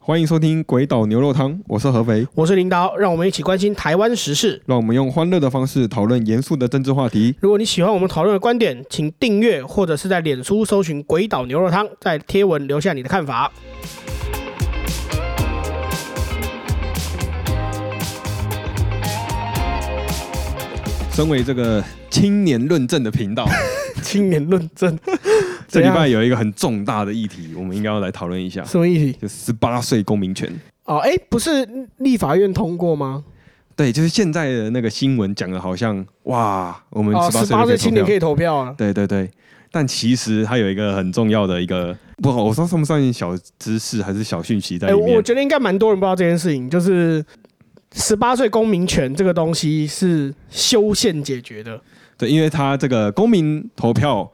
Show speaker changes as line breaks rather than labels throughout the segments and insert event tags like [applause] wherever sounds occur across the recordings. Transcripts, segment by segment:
欢迎收听《鬼岛牛肉汤》，我是合肥，
我是林导，让我们一起关心台湾时事。
让我们用欢乐的方式讨论严肃的政治话题。
如果你喜欢我们讨论的观点，请订阅或者是在脸书搜寻“鬼岛牛肉汤”，在贴文留下你的看
[laughs]
法。
身为这个青年论证的频道，
[laughs] 青年论 [laughs] 证
这
怎
礼
样
拜啊有一个很重大的议题，我们应该要来讨论一下，
什么议题？
就十八岁公民权。
哦，哎，不是立法院通过吗？
对，就是现在的那个新闻讲的，好像哇，我们
哦，
十八
十
岁
八
就可
岁
以投
青
票
年可以投票啊。
对对对，但其实它有一个很重要的一个，不好，我说算不算小知识还是小讯息在
哎，
里面？
我觉得应该蛮多人不知道这件事情，就是十八岁公民权这个东西是修宪解决
嗯
的。
对，因为它这个公民投票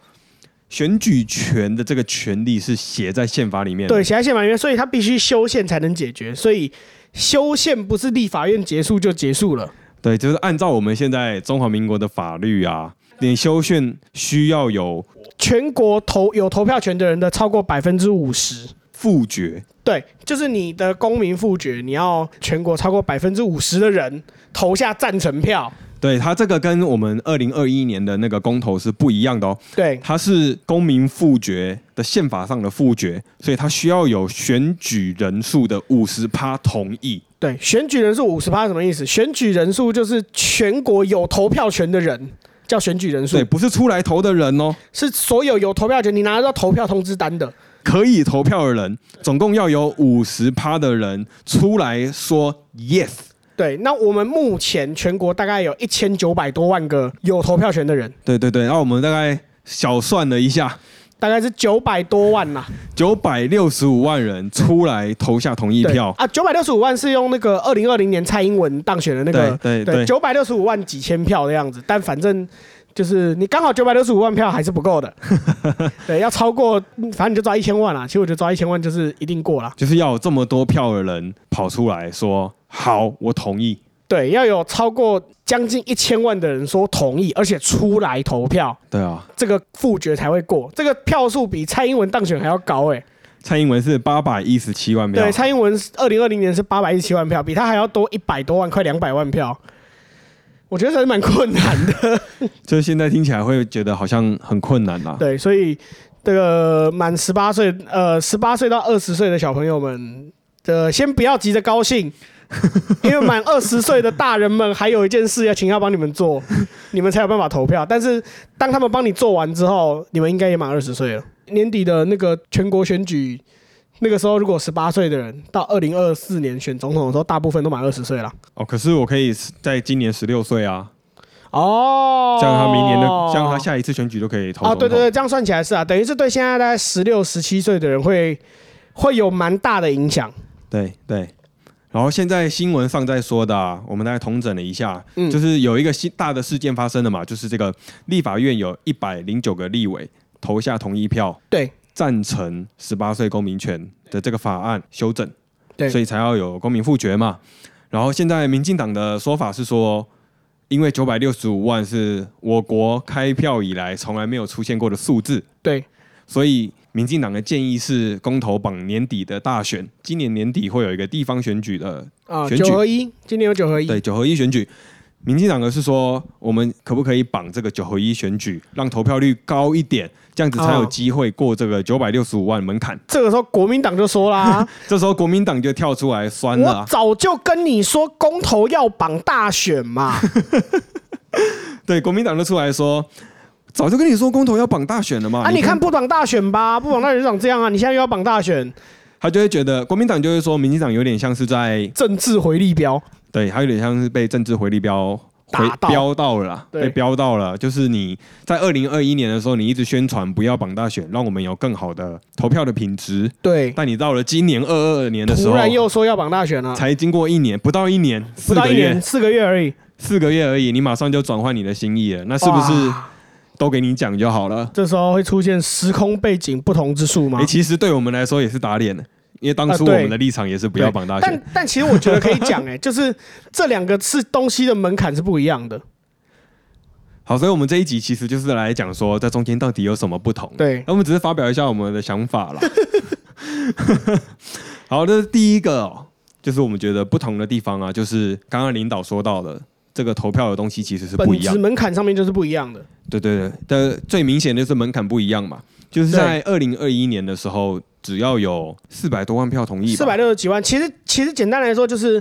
选举权的这个权利是写在宪法里面的。
对，写在宪法里面，所以它必须修宪才能解决。所以修宪不是立法院结束就结束了。
对，就是按照我们现在中华民国的法律啊，你修宪需要有
全国投有投票权的人的超过百分之五十。
复决，
对，就是你的公民复决，你要全国超过百分之五十的人投下赞成票。
对它这个跟我们二零二一年的那个公投是不一样的哦，
对，
它是公民复决的宪法上的复决，所以它需要有选举人数的五十趴同意。
对，选举人数五十趴什么意思？选举人数就是全国有投票权的人叫选举人数
对，，不是出来投的人哦，
是所有有投票权，你拿得到投票通知单的。
可以投票的人，总共要有五十趴的人出来说 yes。
对，那我们目前全国大概有一千九百多万个有投票权的人，
对对对，然后我们大概小算了一下，
大概是九百多万呐、
九百六十五万人出来投下同意
对
票。
啊，九百六十五万是用那个二零二零年蔡英文当选的那个，
对对对
九百六十五万几千票的样子，但反正就是你刚好九百六十五万票还是不
[laughs]
够的，对，要超过，嗯反正你就抓一千万啦。其实我觉得抓一千万就是一定过啦。
就是要有这么多票的人跑出来说好，我同意。
对，要有超过将近一千万的人说同意，而且出来投票，
对啊，
这个复决才会过。这个票数比蔡英文当选还要高哎、
蔡英文是八百一十七万票，
对，蔡英文二零二零年是八百一十七万票，比他还要多一百多万，快两百万票。我觉得还是蛮困难的，
就是现在听起来会觉得好像很困难啦、啊
对，所以这个满十八岁，呃，十八岁到二十岁的小朋友们，呃，先不要急着高兴，因为满二十岁的大人们还有一件事要请要帮你们做， [laughs] 你们才有办法投票。但是当他们帮你做完之后，你们应该也满二十岁了。年底的那个全国选举，那个时候如果十八岁的人到二零二四年选总统的时候，大部分都满二十岁了。
哦，可是我可以在今年十六岁啊，
哦，
这样他明年的，这样他下一次选举就可以投
啊，
总统
对对对，这样算起来是啊，等于是对现在大概十六、十七岁的人会会有蛮大的影响。
对对。然后现在新闻上在说的、啊，我们大概统整了一下，
嗯
就是有一个新大的事件发生了嘛，就是这个立法院有一百零九个立委投下同意票，
对，
赞成十八岁公民权的这个法案修正，
对
所以才要有公民复决嘛。然后现在民进党的说法是说，因为九百六十五万是我国开票以来从来没有出现过的数字，
对，
所以民进党的建议是公投榜年底的大选，今年年底会有一个地方选举的，
啊，
选举
九合一，今年有九合一，
对九合一选举。民进党的是说，我们可不可以绑这个九合一选举，让投票率高一点，这样子才有
哦
机会过这个九百六十五万门槛。
这个时候国民党就说 [laughs] 啦，
这时候国民党就跳出来酸了
我
啊、
早就跟你说公投要绑大选嘛，
对，国民党就出来说，早就跟你说公投要绑大选了嘛，
[laughs] 啊，你看，不绑大选吧，不绑大选就长这样啊，你现在又要绑大选，
他就会觉得国民党就会说，民进党有点像是在
政治回力标，
对，他有点像是被政治回力标回
打到
标到了啦，
对
被标到了，就是你在二零二一年的时候，你一直宣传不要绑大选，让我们有更好的投票的品质，
对，
但你到了今年二二年的时
突
候，
然又说要绑大选了，
才经过一年，不到一年，
不
四
到
个
一
月
年，，四个月而已，
四个月而已，你马上就转换你的心意了，那是不是
哇
都给你讲就好了？
这时候会出现时空背景不同之数吗
哎、？其实对我们来说也是打脸的，因为当初
啊
我
对
们的立场也是不要绑大选。
但但其实我觉得可以讲哎、 [laughs] 就是这两个是东西的门槛是不一样的。
好，所以我们这一集其实就是来讲说，在中间到底有什么不同。
对
那我们只是发表一下我们的想法啦。 [laughs] 好，这是第一个、哦，就是我们觉得不同的地方啊，就是刚刚领导说到的，这个投票的东西其实是不
本
一样
质
的。
门槛上面就是不一样的。
对对对，但最明显的就是门槛不一样嘛，就是在二零二一年的时候，只要有四百多万票同意吧，
四百六十几万，其实其实简单来说就是，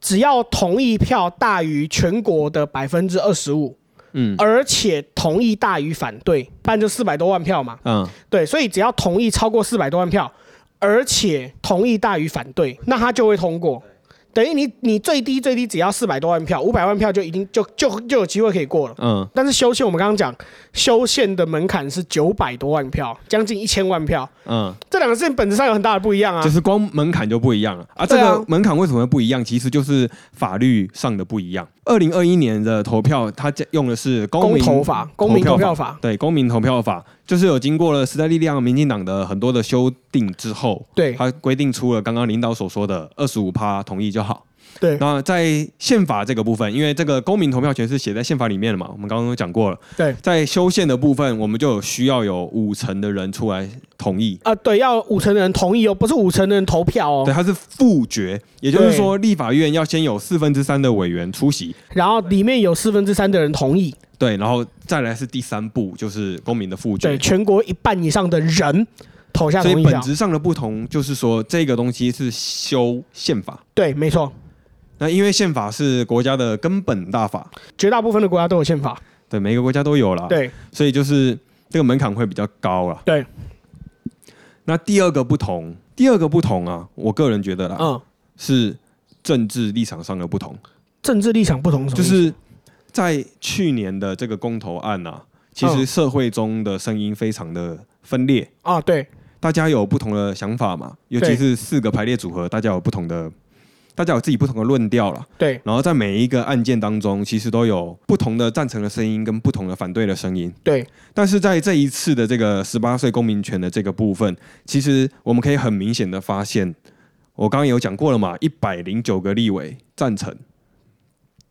只要同意票大于全国的百分之二十五，
嗯
而且同意大于反对，不然就四百多万票嘛。
嗯，
对，所以只要同意超过四百多万票，而且同意大于反对，那它就会通过。等于你你最低最低只要四百多万票，五百万票就已经就就就有机会可以过了。
嗯，
但是修宪我们刚刚讲，修宪的门槛是九百多万票，将近一千万票，
嗯，
这两个事情本质上有很大的不一样啊。
就是光门槛就不一样了啊。这
对啊
个门槛为什么不一样？其实就是法律上的不一样。二零二一年的投票，它用的是公
公
民
投法、公民投票
法，
法，
对，公民投票法就是有经过了时代力量、民进党的很多的修订之后，
对
它规定出了刚刚领导所说的二十五趴同意就好。
对
那在宪法这个部分，因为这个公民投票权是写在宪法里面的嘛，我们刚刚都讲过了。
对，
在修宪的部分，我们就有需要有五成的人出来同意。
啊，对，要五成的人同意哦，不是五成的人投票
对，
哦。
它是复决，也就是说，立法院要先有四分之三的委员出席，
然后里面有四分之三的人同意，
对，然后再来是第三步，就是公民的复决
对，。全国一半以上的人投下
所
同
以
意
本
票，
质上的不同就是说，这个东西是修宪法。
对，没错，
那因为宪法是国家的根本大法，
绝大部分的国家都有宪法，
对，每个国家都有啦。，
对，
所以就是这个门槛会比较高啦。
对。
那第二个不同，第二个不同啊，我个人觉得啦，
嗯，
是政治立场上的不同，
政治立场不同，什么
就
意思
是在去年的这个公投案啊，其实
嗯
社会中的声音非常的分裂，
啊，对，
大家有不同的想法嘛，尤其
对
是四个排列组合，大家有不同的，大家有自己不同的论调啦。
对，
然后在每一个案件当中，其实都有不同的赞成的声音跟不同的反对的声音。
对，
但是在这一次的这个十八岁公民权的这个部分，其实我们可以很明显的发现，我刚刚有讲过了嘛，一百零九个立委赞成，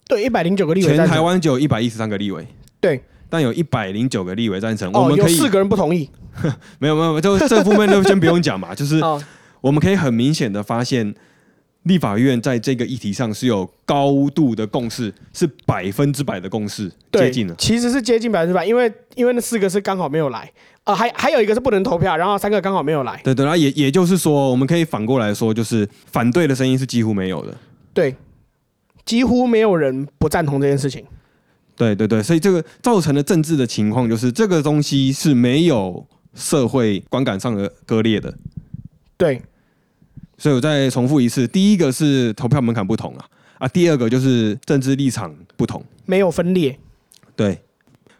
对，一百零九个立委
全
赞
台
成，
湾只有一百一十三个立委，
对，
但有一百零九个立委赞成，我
哦，
们
有
可以
四个人不同意，
没有没有，没有
[laughs]
就这部分就先不用讲嘛，就是
哦，
我们可以很明显的发现，立法院在这个议题上是有高度的共识，是百分之百的共识，接
对
近了。
其实是接近百分之百，因为因为那四个是刚好没有来，啊，还还有一个是不能投票，然后三个刚好没有来，
对对，然后也也就是说，我们可以反过来说，就是反对的声音是几乎没有的。
对，几乎没有人不赞同这件事情。
对对对，所以这个造成的政治的情况就是，这个东西是没有社会观感上的割裂的。
对，
所以我再重复一次，第一个是投票门槛不同啊，啊，第二个就是政治立场不同。
没有分裂。
对，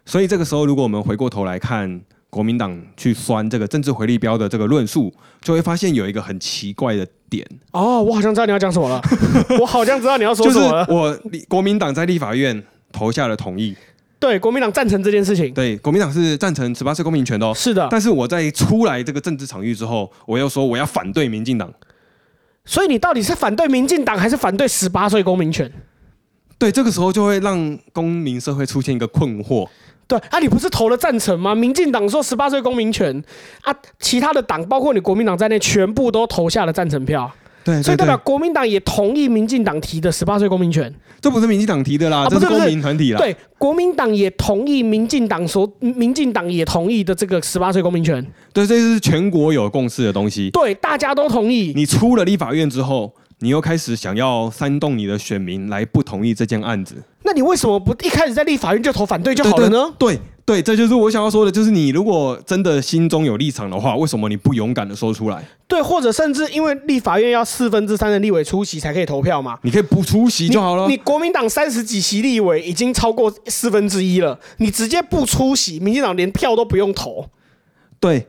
所以这个时候，如果我们回过头来看国民党去酸这个政治回力标的这个论述，就会发现有一个很奇怪的点，
哦，我好像知道你要讲什 [laughs] 么了，我好像知道你要说
就
什
是
么了。
我立国民党在立法院投下了同意，
对，国民党赞成这件事情。
对，国民党是赞成十八岁公民权的、哦，
是啊的，
但是我在出来这个政治场域之后，我又说我要反对民进党，
所以你到底是反对民进党，还是反对十八岁公民权？
对，这个时候就会让公民社会出现一个困惑，
对啊，你不是投了赞成吗？民进党说十八岁公民权啊，其他的党包括你国民党在内，全部都投下了赞成票，
对对
所以代
对
表国民党也同意民进党提的十八岁公民权。
这不是民进党提的啦，
啊
这
不
是
是
公
不是
民团体啦，
对，国民党也同意民进党所，民进党也同意的这个十八岁公民权。
对，这是全国有共识的东西。
对，大家都同意。
你出了立法院之后，你又开始想要煽动你的选民来不同意这件案子，
那你为什么不一开始在立法院就投反对就好了
对
呢？？
对对对，这就是我想要说的，就是你如果真的心中有立场的话，为什么你不勇敢的说出来？
对，或者甚至因为立法院要四分之三的立委出席才可以投票嘛。
你可以不出席
你
就好了
你。国民党三十几席立委已经超过四分之一了，你直接不出席，民进党连票都不用投。
对，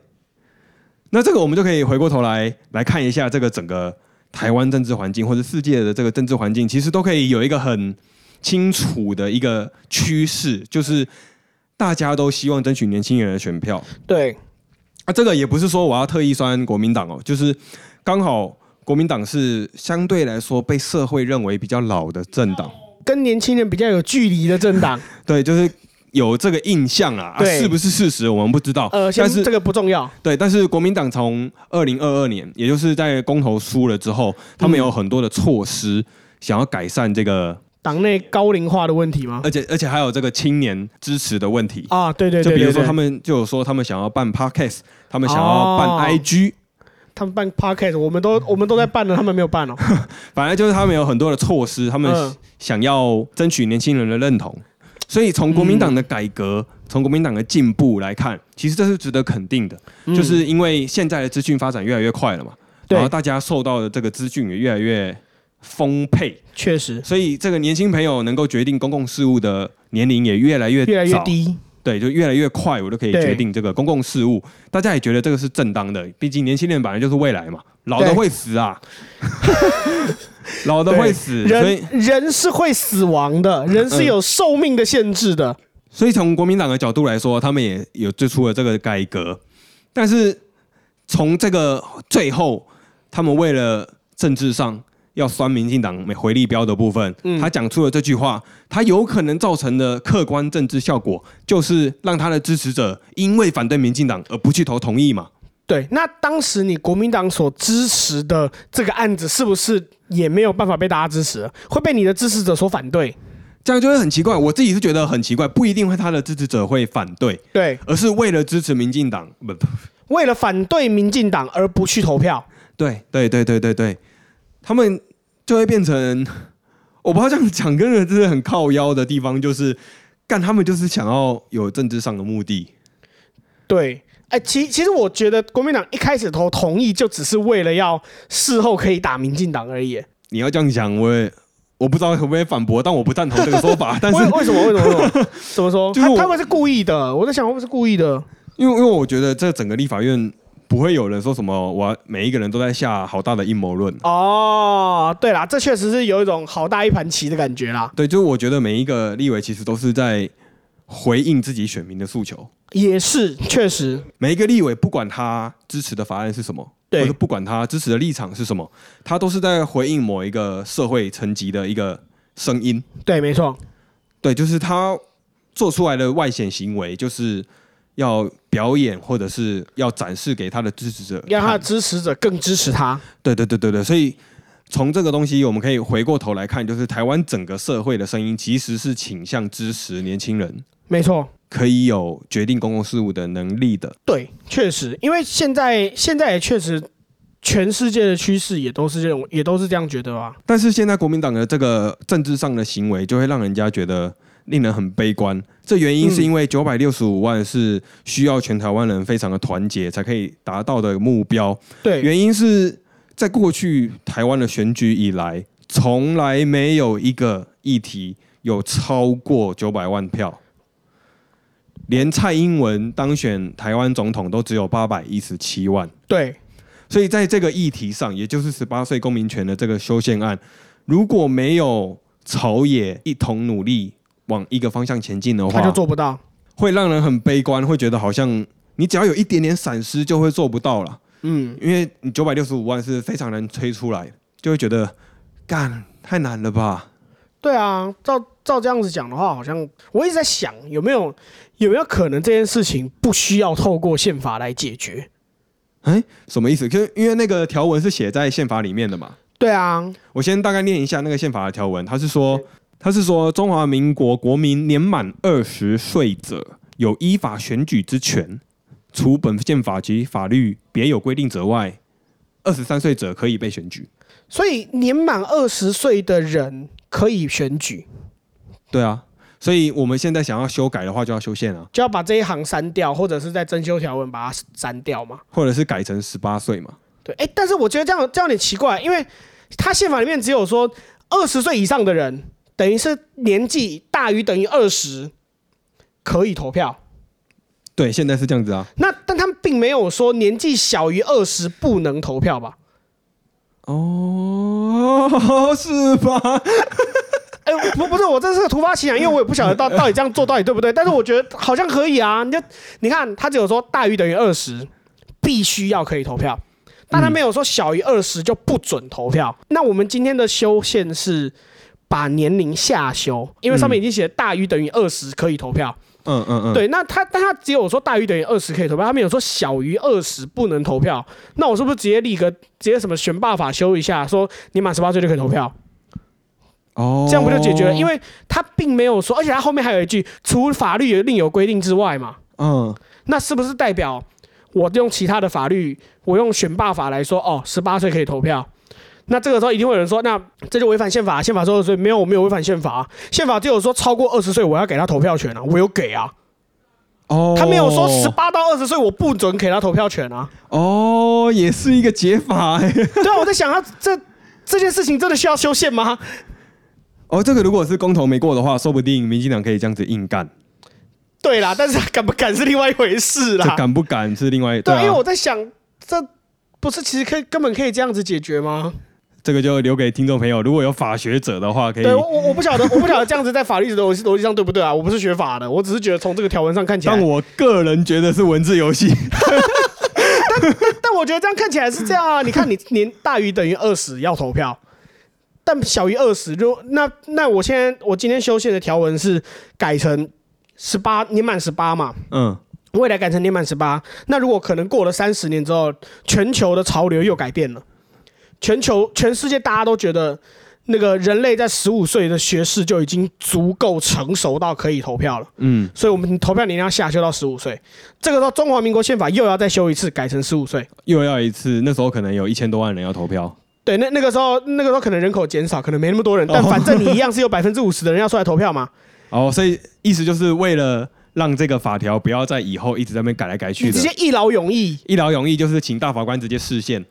那这个我们就可以回过头来来看一下这个整个台湾政治环境，或者世界的这个政治环境，其实都可以有一个很清楚的一个趋势，就是大家都希望争取年轻人的选票。
对
啊，这个也不是说我要特意酸国民党哦，就是刚好国民党是相对来说被社会认为比较老的政党，
跟年轻人比较有距离的政党，
对，就是有这个印象啦，啊，
对
是不是事实我们不知道。
呃，先
但是
这个不重要，
对，但是国民党从二零二二年，也就是在公投输了之后，他们有很多的措施。想要改善这个，
党内高龄化的问题吗？
而且而且还有这个青年支持的问题，
啊，对对
呃就
对
比如
对
说
对，
他们就有说他们想要办 podcast，他们想要办
哦
IG，、
他们办 podcast，我们都我们都在办了，他们没
[laughs]
有办哦。
反正就是他们有很多的措施，他们
嗯
想要争取年轻人的认同。所以从国民党的改革，从国民党的进步来看，其实这是值得肯定的，
嗯
就是因为现在的资讯发展越来越快了嘛，
对
然后大家受到的这个资讯也越来越丰沛，
确实
所以这个年轻朋友能够决定公共事务的年龄也越来越
越来越
早
低，
对，就越来越快，我就可以
对
决定这个公共事务。大家也觉得这个是正当的，毕竟年轻人本来就是未来嘛，老的
对
会死
[laughs]
啊，老的会死，所以嗯
人人是会死亡的，人是有寿命的限制的。
所以从国民党的角度来说，他们也有最初的这个改革，但是从这个最后，他们为了政治上要酸民进党每回力标的部分，
嗯
他讲出了这句话，他有可能造成的客观政治效果，就是让他的支持者因为反对民进党而不去投同意嘛。
对，那当时你国民党所支持的这个案子，是不是也没有办法被大家支持，会被你的支持者所反对？
这样就会很奇怪。我自己是觉得很奇怪，不一定会他的支持者会反对，
对，
而是为了支持民进党，不，不
为了反对民进党而不去投票，
对对对对对对，他们就会变成，我不知道这样讲，跟人真的很靠腰的地方就是，干他们就是想要有政治上的目的，
对。哎，其其实我觉得国民党一开始投同意，就只是为了要事后可以打民进党而已。
你要这样讲，我也我不知道可不可以反驳，但我不赞同这个说法。但是
为为什么？为什么？为 [laughs] 什么？怎么说？
就是
他
我
他们是故意的。我在想，会不会是故意的？
因为因为我觉得这整个立法院不会有人说什么，我每一个人都在下好大的阴谋论。
哦，对啦，这确实是有一种好大一盘棋的感觉啦，
对，就是我觉得每一个立委其实都是在回应自己选民的诉求。
也是确实
每一个立委，不管他支持的法案是什么，
对
或者不管他支持的立场是什么，他都是在回应某一个社会层级的一个声音。
对，没错，
对，就是他做出来的外显行为，就是要表演或者是要展示给他的支持者看。
让他的支持者更支持他。
对对对对对，所以从这个东西，我们可以回过头来看，就是台湾整个社会的声音其实是倾向支持年轻人。
没错，
可以有决定公共事务的能力的。
对，确实，因为现在现在也确实，全世界的趋势也都是这种，也都是这样觉得啊。
但是现在国民党的这个政治上的行为，就会让人家觉得令人很悲观。这原因是因为九百六十五万是需要全台湾人非常的团结才可以达到的目标。
对，
原因是在过去台湾的选举以来，从来没有一个议题有超过九百万票。连蔡英文当选台湾总统都只有八百一十七万。
对，
所以在这个议题上，也就是十八岁公民权的这个修宪案，如果没有朝野一同努力往一个方向前进的
他就
话，
做不到。
会让人很悲观，会觉得好像你只要有一点点闪失就会做不到了，
嗯，
因为你九百六十五万是非常难吹出来的，就会觉得干太难了吧？
对啊，照照这样子讲的话，好像我一直在想，有没有有没有可能这件事情不需要透过宪法来解决？
什么意思？就是因为那个条文是写在宪法里面的嘛，
对啊，
我先大概念一下那个宪法的条文，它是说，它是说中华民国国民年满二十岁者，有依法选举之权，除本宪法及法律别有规定者外，二十三岁者可以被选举。
所以年满二十岁的人可以选举，
对啊，所以我们现在想要修改的话，就要修宪啊，
就要把这一行删掉，或者是在征修条文把它删掉嘛。
或者是改成十八岁嘛。
对，哎，但是我觉得这样这样有点奇怪，因为他宪法里面只有说二十岁以上的人，等于是年纪大于等于二十可以投票。
对，现在是这样子啊。
那但他们并没有说年纪小于二十不能投票吧？
哦，是吧？
[laughs] 哎，不不是，我这是突发奇想，因为我也不晓得到到底这样做到底对不对，但是我觉得好像可以啊。你就你看，他只有说大于等于二十，必须要可以投票，但他没有说小于二十就不准投票。那我们今天的修嗯宪是把年龄下修，因为上面已经写大于等于二十可以投票，
嗯嗯嗯，
对，那他但他只有说大于等于二十可以投票，他没有说小于二十不能投票。那我是不是直接立个直接什么选罢法修一下，说你满十八岁就可以投票，
哦，
这样不就解决了？因为他并没有说，而且他后面还有一句，除法律有另有规定之外嘛，
嗯
那是不是代表我用其他的法律，我用选罢法来说，哦，十八岁可以投票？那这个时候一定会有人说，那这就违反宪法，宪法说二十岁没有，我没有违反宪法，啊宪法只有说超过二十岁我要给他投票权啊，我有给啊。
哦，
他没有说十八到二十岁我不准给他投票权
[laughs]
啊。
哦，也是一个解法哎、
对啊，我在想他这这件事情真的需要修宪吗？
哦，这个如果是公投没过的话，说不定民进党可以这样子硬干，
[laughs] 对啦，但是他敢不敢是另外一回事
这
啦。
敢不敢是另外
对啊，
啊，
因为我在想，这不是其实可以根本可以这样子解决吗？
这个就留给听众朋友，如果有法学者的话，可以
对我我我不晓得，我不晓得这样子在法律的逻辑逻辑上对不对啊？我不是学法的，我只是觉得从这个条文上看起来
但，我个人觉得是文字游戏，
但我觉得这样看起来是这样啊。你看你 [laughs] 年大于等于二十要投票，但小于二十，如那那我现在我今天修宪的条文是改成十八，年满十八嘛，
[laughs] 嗯，
未来改成年满十八，那如果可能过了三十年之后，全球的潮流又改变了，全球全世界大家都觉得那个人类在十五岁的学士就已经足够成熟到可以投票了，
嗯，
所以我们投票年龄要下修到十五岁。这个时候中华民国宪法又要再修一次，改成十五岁。
又要一次，那时候可能有一千多万人要投票，
对，那那个时候那个时候可能人口减少，可能没那么多人，但反正你一样是有百分之五十的人要出来投票 [laughs] 嘛，
哦，所以意思就是为了让这个法条不要在以后一直在那边改来改去
你
的
直，接一劳永逸。
一劳永逸就是请大法官直接释宪，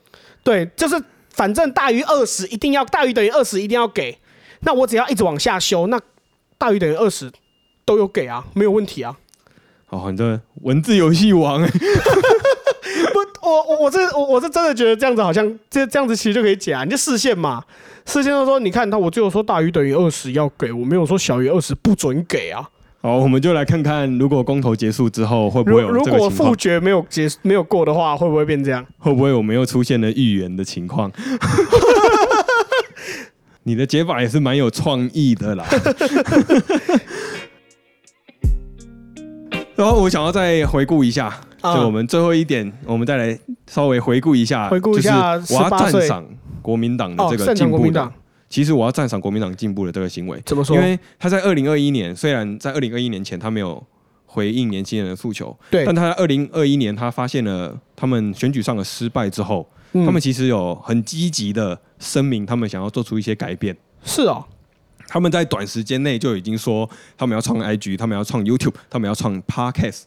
对，就是反正大于二十一定要大于等于二十一定要给，那我只要一直往下修，那大于等于二十都有给啊，没有问题啊。
哦，你这文字游戏王、 [laughs] 哎
[laughs] 不，我我我这我我是真的觉得这样子好像这这样子其实就可以解啊，你就视线嘛，视线就说你看他，我只有说大于等于二十要给，我没有说小于二十不准给啊。
好，我们就来看看，如果公投结束之后，会不
如哦
会有
如
这个
果
情况
复？决没有结没有过的话，会不会变这样？
会不会我们又出现了预言的情况？ [laughs] 你的解法也是蛮有创意的啦。 [laughs] 然后我想要再回顾一下，就
啊
我们最后一点，我们再来稍微回顾一下，
回顾一下
就是我要
18
赞
岁
赏国民党的
哦，
这个
擅
进
长国
步
民
的
党。
其实我要赞赏国民党进步的这个行为，
怎么说
因？为他在二零二一年，虽然在二零二一年前他没有回应年轻人的诉求，
对
但，他在二零二一年，他发现了他们选举上的失败之后，
嗯
他们其实有很积极的声明，他们想要做出一些改变。
是哦，
他们在短时间内就已经说，他们要创 IG，他们要创 YouTube，他们要创 Podcast，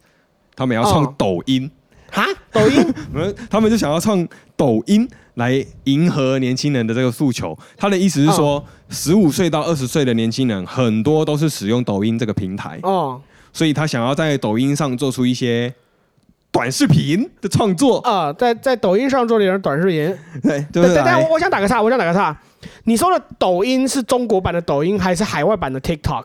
他们要创
哦
抖音，
哈，啊抖音
嗯他们就想要创抖音来迎合年轻人的这个诉求。他的意思是
哦
说，十五岁到二十岁的年轻人很多都是使用抖音这个平台，
哦
所以他想要在抖音上做出一些短视频的创作。
[laughs] 啊、在在抖音上做了一点短视频，
对，就
[laughs] 对
是
对，但
来
我我想打个岔，我想打个岔。你说的抖音是中国版的抖音，还是海外版的 TikTok？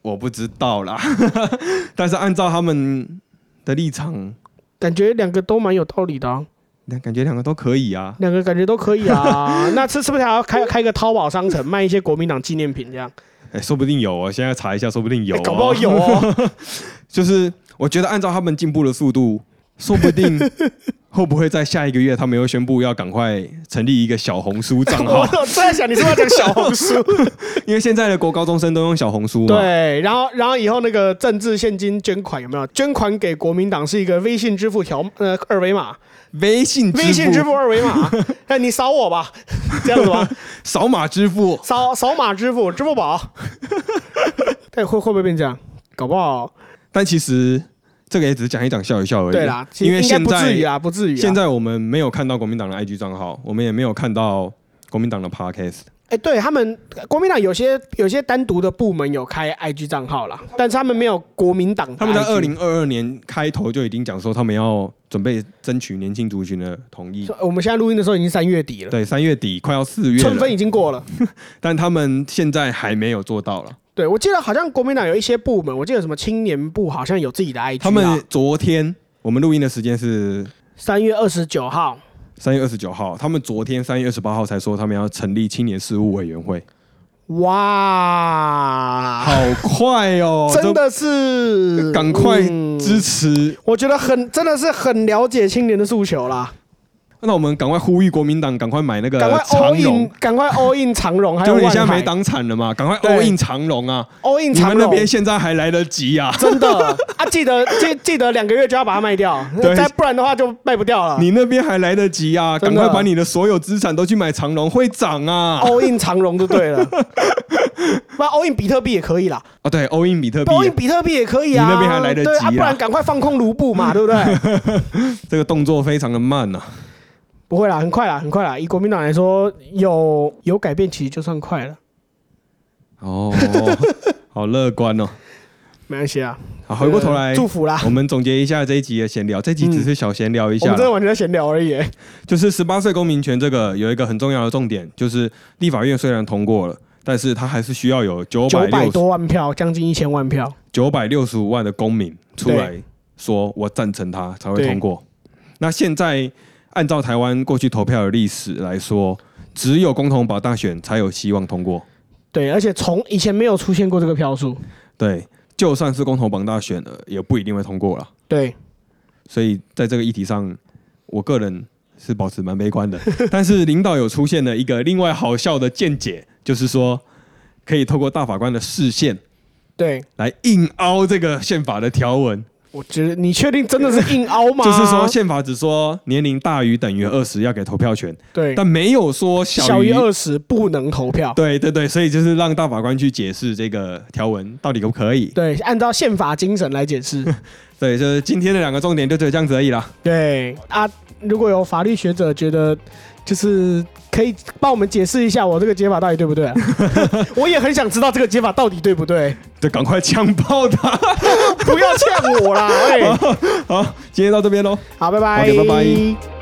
我不知道啦， [laughs] 但是按照他们的立场，
感觉两个都蛮有道理的啊、
那感觉两个都可以啊。
两个感觉都可以 [laughs] 啊。那这是不是还要开开个淘宝商城，卖一些国民党纪念品这样？
哎、说不定有哦，现在查一下，说不定有、哦
哎搞不好有哦。 [laughs]
就是我觉得按照他们进步的速度，说不
[laughs]
定会不会在下一个月他们又宣布要赶快成立一个小红书账号，
我 [laughs] 我正在想，你是不是要讲小红 [laughs] 书？
因为现在的国高中生都用小红书嘛。
对，然后然后以后那个政治现金捐款有没有？捐款给国民党是一个微信支付条呃二维码，
微信支付、
[laughs] 微信支付二维码， [laughs] 哎，你扫
[laughs]
我吧，这样子吧。
扫码支付，
扫扫码支付，支付宝。 [laughs] 但会会不会变这样？搞不好。
但其实这个也只是讲一讲笑一笑而已。
对啦，其实
因为
应该
现
不
在
至于啊啦，不至于啦。
现在我们没有看到国民党的 IG 账号，我们也没有看到国民党的 Podcast。
哎，对他们国民党有些有些单独的部门有开 IG 账号啦，但是他们没有国民党的 IG。
他们在二零二二年开头就已经讲说，他们要准备争取年轻族群的同意。
我们现在录音的时候已经三月底了，
对，三月底快要四月
春分
了
已，经过了。
但他们现在还没有做到了。
对，我记得好像国民党有一些部门，我记得什么青年部好像有自己的 IG 啦。
他们昨天我们录音的时间是
三月二十九号，
三月二十九号，他们昨天三月二十八号才说他们要成立青年事务委员会。
哇，！
好快哦
啊 [laughs] 真的是
这，赶快
嗯
支持！
我觉得很真的是很了解青年的诉求啦，
那我们赶快呼吁国民党赶快买那个
赶快 all
呃长
in，
荣，
赶快 all in 长荣，还
就
有
你
万
现在没
海
党产了嘛，赶快
对
all in 长荣啊！
all in
你
长
们那
荣，
边现在还来得及啊！
[laughs] 真的啊，记得记记得两个月就要把它卖掉，
对
再不然的话就卖不掉了。
你那边还来得及啊！
真
赶
的哦
快把你的所有资产都去买长荣，会涨啊！
all in 长荣
[laughs]
就对了，不然 all in 比特币也可以啦
哦，对，all in 比特币
，all in 比特币也可以啊，
你那边还来得及
对
啦
啊，不然赶快放空卢
[laughs]
布嘛，对不对？
这个动作非常的慢啊。
不会啦，很快啦，很快啦。以国民党来说，有有改变其实就算快了，
哦，好乐观哦。
没关系啊。
好，回过头来
呃，祝福啦。
我们总结一下这一集的闲聊。这一集只是小闲聊一
嗯我
下
们真
啦，
的完全在闲聊而已欸。
就是十八岁公民权这个有一个很重要的重点，就是立法院虽然通过了，但是它还是需要有九
九
百
百
六
多万票，将近一千万票，
九百六十五万的公民出来说我赞成它才会通过。那现在按照台湾过去投票的历史来说，只有公投保大选才有希望通过。
对，而且从以前没有出现过这个票数，
对，就算是公投保大选了，也不一定会通过了。
对，
所以在这个议题上，我个人是保持蛮悲观的。但是领导有出现了一个另外好笑的见解，就是说可以透过大法官的视线
对，
来硬凹这个宪法的条文，
我觉得你确定真的是硬凹吗？
就是说宪法只说年龄大于等于二十要给投票权，
对，
但没有说
小
小
于
于。
二十不能投票。
对对对，所以就是让大法官去解释这个条文到底可不可以。
对，按照宪法精神来
[laughs]
解释。
对，就是今天的两个重点就只有这样子而已啦。
对啊，如果有法律学者觉得就是可以帮我们解释一下我这个解法到底对不对啊、
[laughs]
我也很想知道这个解法到底对不对。
就赶快枪爆他！
不要呛我啦，喂，
[laughs] 好，今天到这边喽。
好，拜拜
OK，拜拜